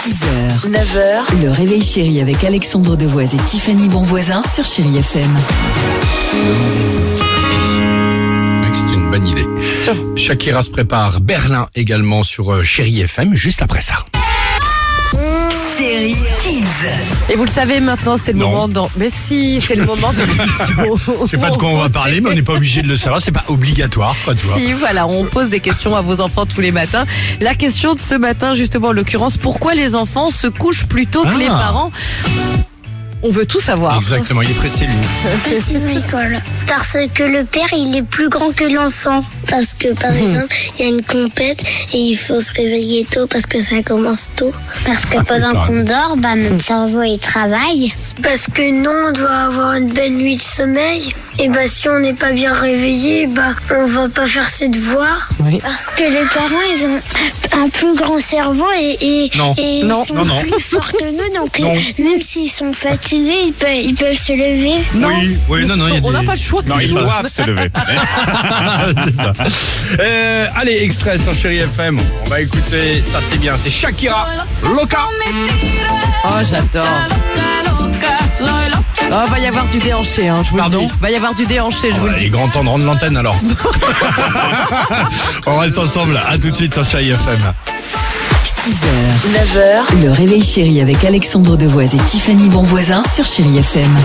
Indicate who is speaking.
Speaker 1: 6h, 9h, le réveil chéri avec Alexandre Devoise et Tiffany Bonvoisin sur Chéri FM.
Speaker 2: Oui, C'est une bonne idée. Shakira se prépare, Berlin également sur euh, Chéri FM, juste après ça.
Speaker 1: Chéri Kids.
Speaker 3: Et vous le savez maintenant, c'est le
Speaker 2: Non.
Speaker 3: moment dans. Mais si, c'est le moment de l'émission.
Speaker 2: Je sais pas de quoi on va parler, mais on n'est pas obligé de le savoir, c'est pas obligatoire, quoi, tu vois.
Speaker 3: Si, voilà, on pose des questions à vos enfants tous les matins. La question de ce matin, justement, en l'occurrence, pourquoi les enfants se couchent plus tôt
Speaker 2: Ah.
Speaker 3: que les parents On veut tout savoir.
Speaker 2: Exactement, il est pressé lui.
Speaker 4: Parce qu'ils bricolent. Parce que le père, il est plus grand que l'enfant. Parce que, par
Speaker 2: Hmm.
Speaker 4: exemple, il y a une compète et il faut se réveiller tôt parce que ça commence tôt. Parce
Speaker 2: Ah,
Speaker 4: que pendant qu'on dort, bah,
Speaker 2: Hmm.
Speaker 4: notre cerveau, il travaille. Parce que non, on doit avoir une belle nuit de sommeil. Et bah, si on n'est pas bien réveillé, bah, on va pas faire ses devoirs.
Speaker 3: Oui.
Speaker 4: Parce que les parents, ils ont un plus grand cerveau et, et,
Speaker 2: Non.
Speaker 4: et
Speaker 3: Non.
Speaker 4: ils sont
Speaker 2: Non, non.
Speaker 4: plus forts que nous. Donc,
Speaker 2: Non.
Speaker 4: même s'ils sont fatigués, ils peuvent, ils peuvent se lever.
Speaker 2: Oui, oui, non, non, il y a
Speaker 3: on n'a
Speaker 2: des-
Speaker 3: pas le choix.
Speaker 5: Non,
Speaker 3: c'est
Speaker 5: ils
Speaker 3: tout.
Speaker 5: doivent se lever.
Speaker 2: Ah, c'est ça. Euh, allez, extrait sur Chéri FM. On va écouter, ça c'est bien, c'est Shakira, Loca.
Speaker 3: Oh, j'adore. Oh, va y avoir du déhanché, hein, je vous
Speaker 2: Pardon
Speaker 3: le dis. Va y avoir du déhanché, je vous
Speaker 2: Bah,
Speaker 3: le
Speaker 2: Il
Speaker 3: dis.
Speaker 2: est grand temps de rendre l'antenne alors. on reste ensemble, à tout de suite sur Chéri FM.
Speaker 1: 6h, 9h, le réveil chéri avec Alexandre Devoise et Tiffany Bonvoisin sur Chéri FM.